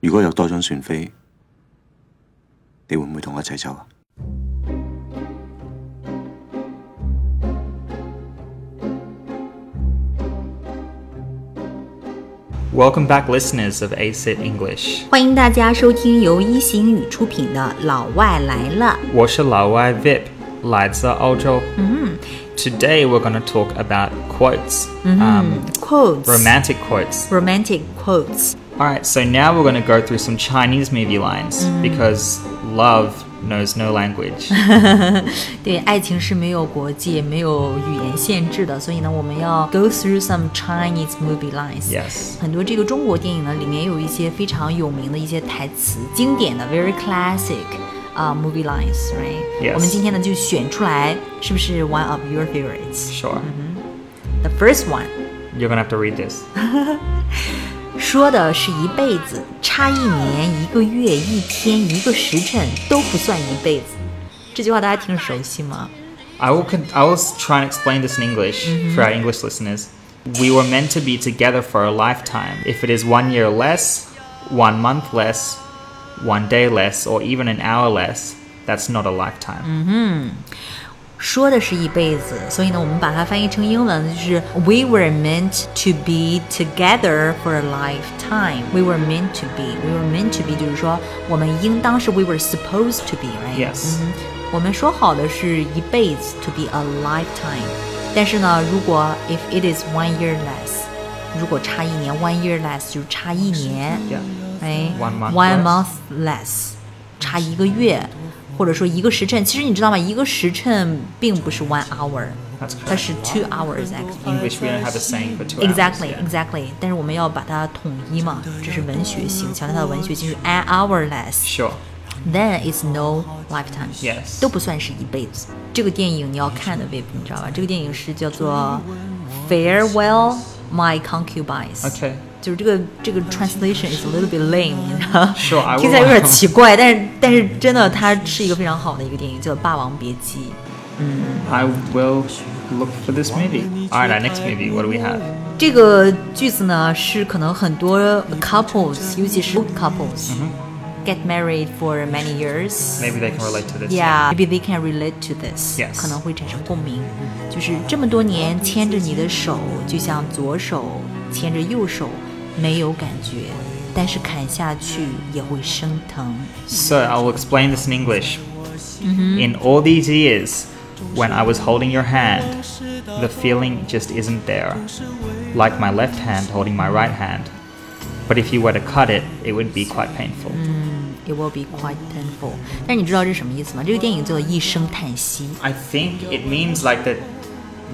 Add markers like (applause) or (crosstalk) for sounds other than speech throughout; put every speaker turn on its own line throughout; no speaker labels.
如果有多張船飛，你會唔會同我一齊走啊？
Welcome back, listeners of ACIT English。
欢迎大家收听由一席英语出品的《老外来了
我是老外 Vip，来自澳洲。Today we're going to talk about quotes, um,》
，quotes
romantic quotes.
romantic quotes。
All right, so now we're going to go through some Chinese movie lines because love knows no language.
对，爱情是没有国界、没有语言限制的，所以呢，我们要 go through some Chinese movie lines。
yes.
很多这个中国电影呢，里面有一些非常有名的一些台词，经典的 very classic 啊、movie lines，right？、
Yes
我们今天呢就选出来，是不是 one of your favorites？The
Sure.
first one。
You're going to have to read this.
说的是一辈子，差一年、一个月、一天、一个时辰都不算一辈子。这句话大家听着熟悉吗？
I will con- I will s- try and explain this in English
Mm-hmm.
for our English listeners. We were meant to be together for a lifetime. If it is one year less, one month less, one day less, or even an hour less, that's not a lifetime.
Mm-hmm. 说的是一辈子，所以呢，我们把它翻译成英文就是 We were meant to be together for a lifetime. We were meant to be. We were meant to be 就是说我们应当是 We were supposed to be, right?
Yes.
嗯我们说好的是一辈子 to be a lifetime，但是呢，如果 if it is one year less，如果差一年 one year less 就是差一年，
Yeah.
哎
One month less
month less，差一个月，或者说一个时辰。其实你知道吗？一个时辰并不是 one hour，
That's correct.
它是 two hours actually。
English, we don't have a saying for two
Exactly,
hours.
exactly。但是我们要把它统一嘛，这是文学性，强调它的文学性是 an hour less。
Sure.
Then it's no lifetime.
Yes.
都不算是一辈子。这个电影你要看的 v i p 你知道吧？这个电影是叫做《Farewell My Concubines》。
Okay.
就是这个这个 translation is a little bit lame，你知道吗
Sure, I will-
听起来有点奇怪，但是但是真的它是一个非常好的一个电影，叫《霸王别姬》。
I will look for this movie. All right, our next movie. What do we have?
这个句子呢是可能很多 couples，尤其
嗯
是 old couples、get married for many years。
Maybe they can relate to this.
Yeah, maybe they can relate to this.
Yes.
可能会产生共鸣，就是这么多年牵着你的手，就像左手牵着右手，没有感觉，但是砍下去也会生疼。
So I will explain this in English. In all these years, when I was holding your hand, the feeling just isn't there, like my left hand holding my right hand. But if you were to cut it, it would be quite painful.
It will be quite painful. 但是你知道这是什么意思吗？这个电影叫做《一声叹息》。
I think it means like that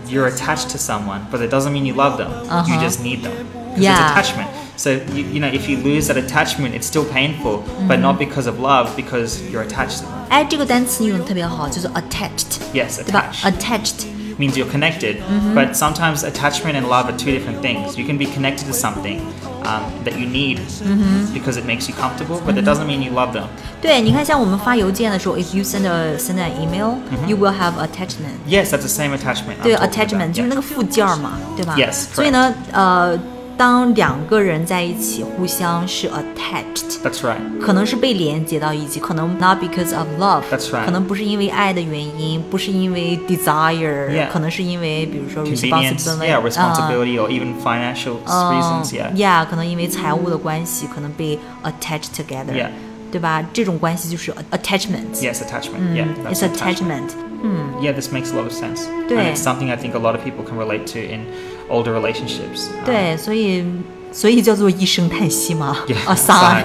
you're attached to someone, but it doesn't mean you love them. You just need them. 'Cause
Yeah.
It's attachment. So you, you know, if you lose that attachment, it's still painful, but not because of love, because you're attached to them.
哎，这个单词你用的特别好，就是 attached，
Yes,
对吧
attached.
？attached。
means you're connected,
Mm-hmm.
but sometimes attachment and love are two different things. You can be connected to something um, that you need
Mm-hmm.
because it makes you comfortable, but that doesn't mean you love them.
对，你看，像我们发邮件的时候，if you send a send an email,、you
嗯
will have attachment.
Yes, that's the same attachment. I'm
对
talking about,
attachment 就是那
yeah.
个附件儿嘛，对吧
Yes, correct.
所以呢，呃，当两个人在一起，互相是 attached，
That's right.
可能是被连接到一起，可能 not because of love，
That's right.
可能不是因为爱的原因，不是因为 desire，、
Yeah.
可能是因为比如说
Convenience,
responsibility，
yeah,
啊
responsibility, or even financial s- reasons, yeah.
yeah，可能因为财务的关系，可能被 attached together，、
Yeah.
对吧？这种关系就是 attachment，it's、
Yes, attachment. yeah, that's
Mm, attachment。
Uh-huh Yeah, this makes a lot of sense. And
对。
it's something I think a lot of people can relate to in older relationships. Um,
对，所以所以叫做一声叹息嘛
(laughs) Yeah, (laughs)
a sigh，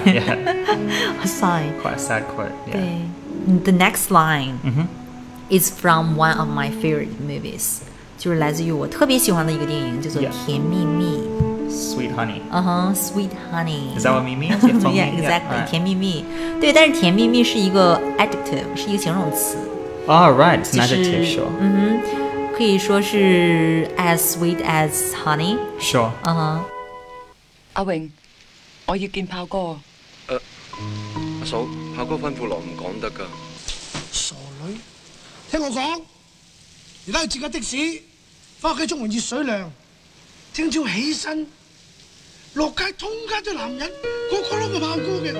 sigh, yeah.
a sign.
Quite a sad quote. Yeah. Mm-hmm.
对，the next line is from one of my favorite movies，就是来自于我特别喜欢的一个电影，叫做
Yeah.
《甜蜜蜜》。
Sweet honey.
嗯哼，Sweet Honey。
Is that
(laughs)
what me means? Yeah, from me,
yeah,
yeah,
exactly，
alright.
甜蜜蜜。对，但是甜蜜蜜是一个 adjective，是一个形容词，
Oh, right. It's an
就是
adjective, sure.
嗯哼，可以说是 as sweet as honey。
Sure.
嗯哼，
阿榮，我要見炮哥。
阿嫂，炮哥吩咐落唔講得㗎。
傻女，聽我講，而家去截架的士，翻屋企沖完熱水涼，聽朝起身落街通街都男人，個個都個炮哥嘅。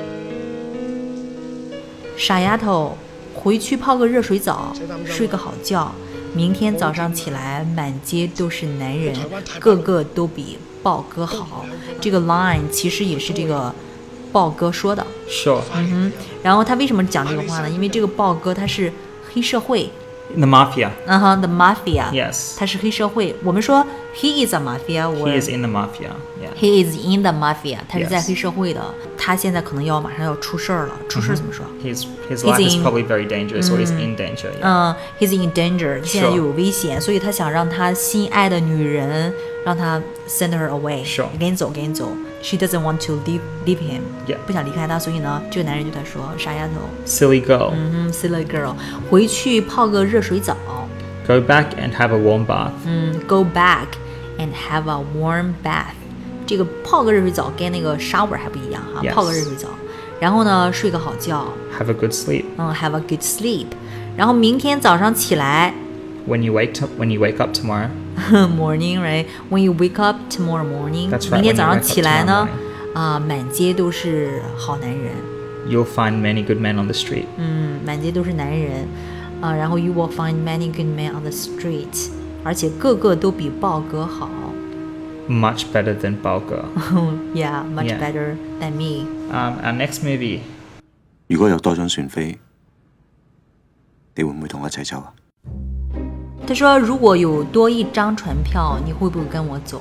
傻丫头，回去泡个热水澡，睡个好觉，明天早上起来满街都是男人，个个都比豹哥好。这个 line 其实也是这个豹哥说的。
Sure.
然后他为什么讲这个话呢？因为这个豹哥他是黑社会，
The mafia.
嗯哼，the mafia，、
Yes.
他是黑社会。我们说 he is a mafia，我
He is in the mafia. Yeah.
he is in the mafia，他是在
Yes.
黑社会的。他现在可能要马上要出事儿了，出事儿怎么说？
His his life is
in- Mm.
probably very dangerous, or he's in danger. Yeah.
嗯，he's in danger，现在有危险，所以他想让他心爱的女人，让他 send her away，
Sure
你赶紧走，赶紧走。She doesn't want to leave leave him，、
Yeah
不想离开他，所以呢，这个男人就对他说：“傻丫头，
Silly girl,
嗯，silly girl，回去泡个热水澡，
go back and have a warm bath.
嗯，go back and have a warm bath。这个泡个热水澡跟那个 shower 还不一样哈
Yes
泡个热水澡，然后呢，睡个好觉，
Have a good sleep.
嗯，have a good sleep，然后明天早上起来。”
When you wake up, when you wake up tomorrow,
(laughs) morning, right? When you wake up tomorrow morning，、
That's right,
明天早上起来呢
when you wake，
啊、满街都是好男人，
you'll find many good men on the street.
嗯，满街都是男人，啊、然后 you will find many good men on the street，而且个个都比豹哥好 (laughs) Mm.
Much better than Balger.
，yeah, much
Yeah.
better than me。
um, our next movie.
如果有多張船飛，你會唔會同我一齊走啊？
他说：“如果有多一张船票，你会不会跟我走？”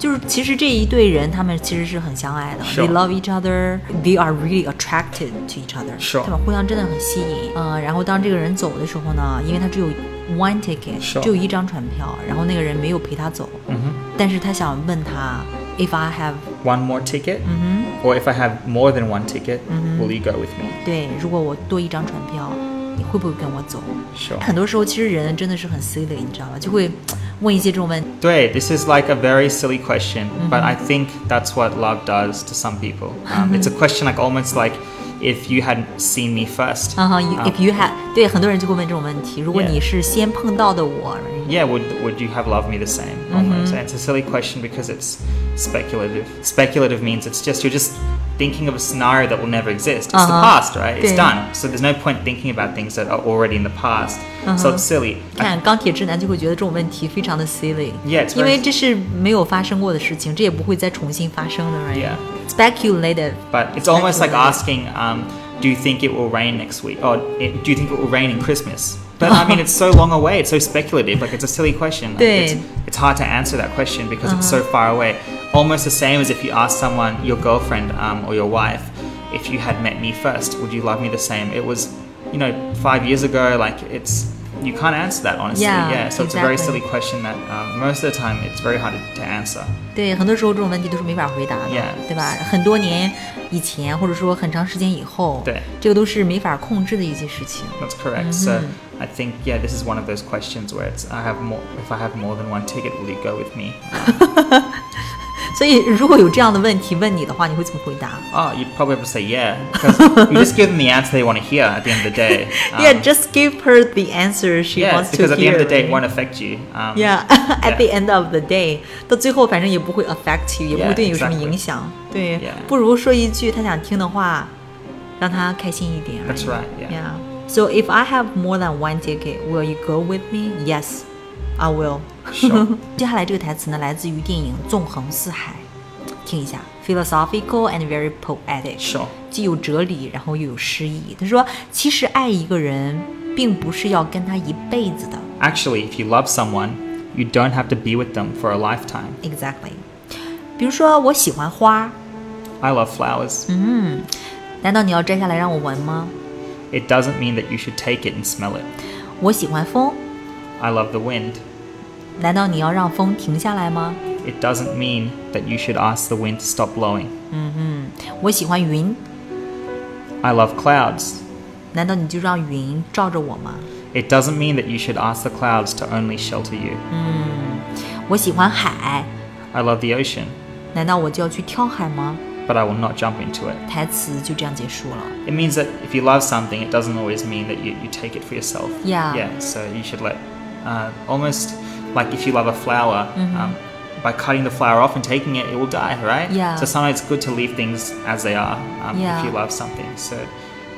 就是其实这一对人，他们其实是很相爱的。
Sure.
They love each other. They are really attracted to each other.
Sure.
他们互相真的很吸引。呃，然后当这个人走的时候呢，因为他只有 one ticket，、
Sure.
只有一张船票，然后那个人没有陪他走。但是他想问他，If I have
One more ticket, mm-hmm. or if I have more than one ticket,
Mm-hmm.
will you go with me?
对，如果我多一张船票，你会不会跟我走？
Sure.
很多时候其实人真的是很 silly，你知道吗？就会问一些这种问题。
对, this is like a very silly question, but I think that's what love does to some people. Um, it's a question like almost like if you hadn't seen me first.
啊哈、if you had，对，很多人就会问这种问题。如果
Yeah.
你是先碰到的我
(laughs) Yeah, would would you have loved me the same?
Mm-hmm.
Almost. And It's a silly question because it's speculative. Speculative means it's just you're just thinking of a scenario that will never exist. It's the
Uh-huh.
past, right? It's
Yeah.
done. So there's no point thinking about things that are already in the past.
Uh-huh.
So it's silly.
看钢铁直男就会觉得这种问题非常的 silly，、
Yeah, it's very-
因为这是没有发生过的事情，这也不会再重新发生的
Yeah.
，right？Speculative，
But it's almost like
Speculative.
asking, um, do you think it will rain next week? Or it, do you think it will rain in Christmas? But I mean, it's so long away. It's so speculative. Like it's a silly question. Like,
Dude. Uh-huh.
it's, it's hard to answer that question because it's so far away. Almost the same as if you ask someone, your girlfriend um, or your wife, if you had met me first, would you love me the same? It was, you know, five years ago. Like it's. You can't answer that honestly.
Yeah,
so it's a very
exactly.
silly question that um, most of the time it's very hard to, to answer.
对，很多时候这种问题都是没法回答的
Yeah.
对吧？很多年以前，或者说很长时间以后，
对
这个都是没法控制的一些事情。
That's correct.
Mm.
So I think yeah, this is one of those questions where it's I have more if I have more than one ticket, will you go with me?
所以如果有这样的问题问你的话，你会怎么回答、
Oh, you'd probably have to say
(laughs)
yeah because you just give them the answer they want to hear at the end of the day. Um,
y e a h just give her the answer she
yeah,
wants to hear.
because at the end of the day, it
right?
won't affect you. Um,
Yeah, (laughs) at the end of the day，到最后反正也不会 affect you，也不会
Yeah,
对你有什么
exactly.
影响。对
Yeah.
不如说一句他想听的话，让他开心一点而已。
That's right, yeah.
Yeah. So if I have more than one ticket, will you go with me? Yes, I will.
Sure.
(laughs) 接下来这个台词呢，来自于电影《纵横四海》，听一下，philosophical and very poetic。
Sure.
既有哲理，然后又有诗意。他说，其实爱一个人，并不是要跟他一辈子的。
Actually, if you love someone, you don't have to be with them for a lifetime.
Exactly。比如说，我喜欢花，
I love flowers.
Mm-hmm. 难道你要摘下来让我闻吗？
It doesn't mean that you should take it and smell it.
我喜欢风，
I love the wind.
难道你要让风停下来吗？
It doesn't mean that you should ask the wind to stop blowing.
我喜欢云，
I love clouds.
难道你就让云罩着我吗？
It doesn't mean that you should ask the clouds to only shelter you.
我喜欢海，
I love the ocean,
难道我就要去跳海吗？
but I will not jump into it.
台词就这样结束了。
It means that if you love something, it doesn't always mean that you, you take it for yourself.
Yeah. Mm-hmm.
Yeah, so you should let, uh, almost like if you love a flower, um, by cutting the flower off and taking it, it will die, right?
Yeah.
So sometimes it's good to leave things as they are um,
Yeah.
if you love something. So,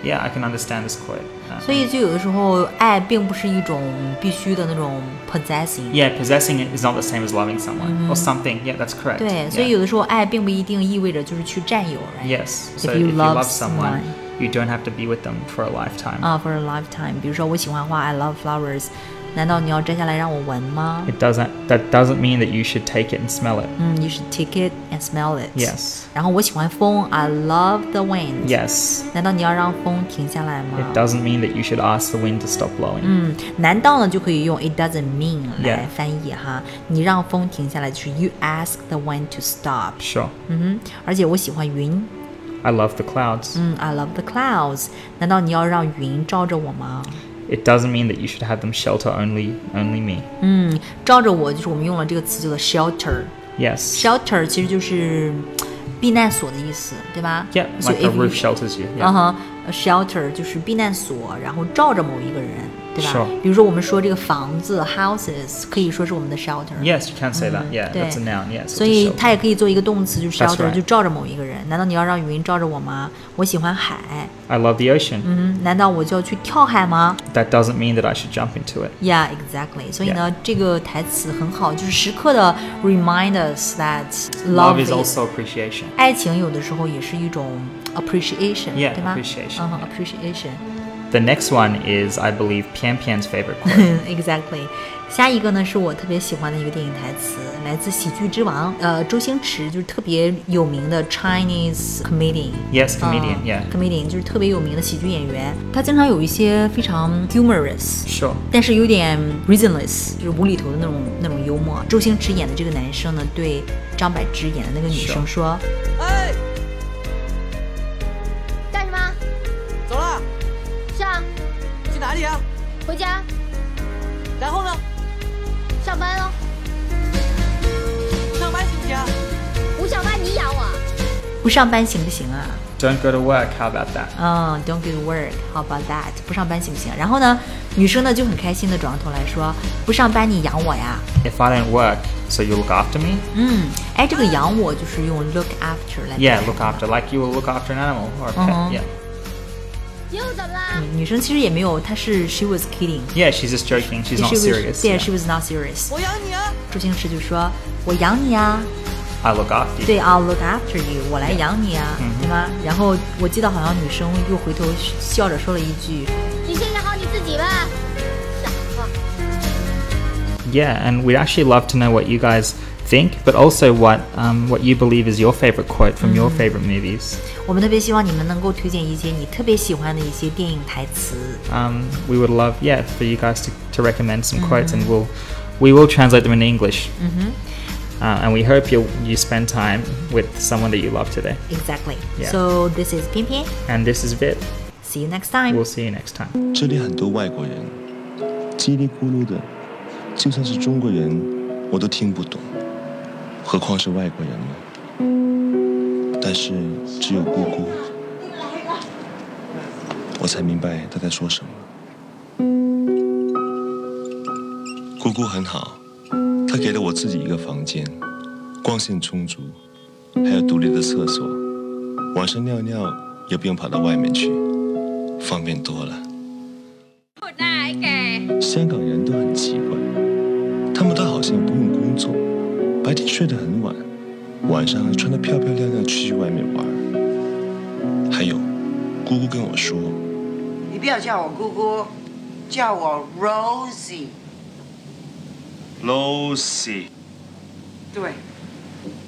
yeah, I can understand this quote. Um,
所以就有的时候，爱并不是一种必须的那种 possessing。
yeah, possessing it is not the same as loving someone
Mm-hmm.
or something. Yeah, that's correct.
对，
Yeah.
所以有的时候爱并不一定意味着就是去占有 right？
Yes.
If
So
you
if
love
you love someone,
someone. Oh.
you don't have to be with them for a lifetime.
啊、f o r a lifetime。比如说，我喜欢花，I love flowers。难道你要摘下来让我闻吗？
It doesn't. That doesn't mean that you should take it and smell it.
嗯，you should take it and smell it。
Yes.
然后我喜欢风，I love the wind。
Yes.
难道你要让风停下来
It
吗？
doesn't mean that you should ask the wind to stop blowing.
难道呢就可以用 it doesn't mean
Yeah.
来翻译哈？你让风停下来就是 you ask the wind to stop。
Sure.
嗯哼，而且我喜欢云，
I love the clouds.
嗯，I love the clouds。难道你要让云罩着我吗？
It doesn't mean that you should have them shelter only only me.
Mm. 罩着我就是我们用了这个词叫做 shelter。
Yes.
shelter 其实就是避难所的意思，对吧
yeah,
So
like a
if you- Uh-huh.
roof shelters you.
嗯
Yeah.
哼、s h e l t e r 就是避难所，然后罩着某一个人，对吧
Sure
比如说我们说这个房子 houses 可以说是我们的 shelter。
Yes, you can say that. Yeah,
对
that's a noun. Yes.
所以它也可以做一个动词，就是
That's
shelter，
right
就罩着某一个人。难道你要让云罩着我吗？我喜欢海，
I love the ocean.
嗯，难道我就要去跳海吗
That doesn't mean that I should jump into it.
？Yeah, exactly. 所以呢这个台词很好，就是时刻的 remind us that love,
is also appreciation.
爱情有的时候也是一种 appreciation，、
Yeah,
对吧
appreciation，
嗯哼，appreciation，
The next one is, I believe, Pian Pian's favorite quote.
嗯，exactly。下一个呢是我特别喜欢的一个电影台词，来自《喜剧之王》，呃，周星驰就是特别有名的 Chinese comedian。
yes, comedian.
嗯
yeah.
comedian 就是特别有名的喜剧演员，他经常有一些非常 humorous，
Sure.
但是有点 reasonless，就是无厘头的那种那种幽默。周星驰演的这个男生呢，对张柏芝演的那个女生说
哎，
干什么？
走了，
是啊，
去哪里啊？
回家
然后呢？
上班哦。
上班行不行啊？
不上班你养我？：“
不上班行不行啊？”
Don't go to work. How about that?
嗯，Don't get work. How about that？不上班行不行？然后呢，女生呢就很开心的转过头来说：“不上班你养我呀
If I don't work, so you look after me?？”
嗯，哎，这个养我就是用 look after 来表
Yeah,
达
look after. Like you will look after an animal or a pet.
Uh-huh.
Yeah.
又怎么啦？
嗯女生其实也没有，她是 she was kidding。
Yeah, she's just joking. She's not
she was,
serious. yeah.
Yeah, she was not serious.
我养你啊！
周星驰就说：“我养你啊，
I look after you.
对，I'll look after you，我来养你啊，
嗯
对吗？”然后我记得好像女生又回头笑着说了一句
你先养好你自己吧，傻瓜。
Yeah, and we'd actually love to know what you guys think, but also what um, what you believe is your favorite quote from
Mm.
your favorite movies.：“
我们特别希望你们能够推荐一些你特别喜欢的一些电影台词。”
Um, we would love, yeah, for you guys to, to recommend some quotes,
Mm-hmm.
and we'll we will translate them into English. Mm-hmm. Uh, and we hope you you spend time with someone that you love today.
Exactly.
Yeah.
So this is 偏偏
And this is Vit.
See you next time.
We'll see you next time.
这里很多外国人，叽里咕噜的，就算是中国人，我都听不懂，何况是外国人呢？但是只有姑姑，我才明白她在说什么。姑姑很好，她给了我自己一个房间，光线充足，还有独立的厕所，晚上尿尿也不用跑到外面去，方便多了。香港人都很奇怪，他们都好像不用工作，白天睡得很晚，晚上还穿得漂漂亮亮出去外面玩儿。还有，姑姑跟我说，
你不要叫我姑姑，叫我 Rosie。
Lucy，
对，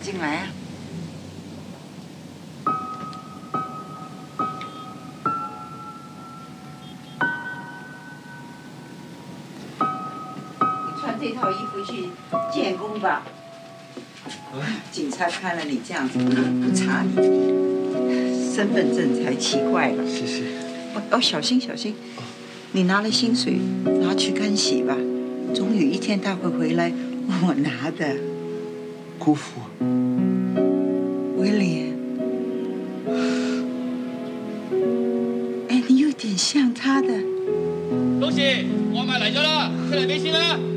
进来啊。你穿这套衣服去见工吧。警察看了你这样子，不查你身份证才奇怪了。
谢谢。
哦哦，小心小心！你拿了薪水，拿去干洗吧。总有一天他会回来问我拿的。
姑父，
威廉，哎，你有点像他的。
恭喜，我买嚟咗啦，出嚟俾钱啦！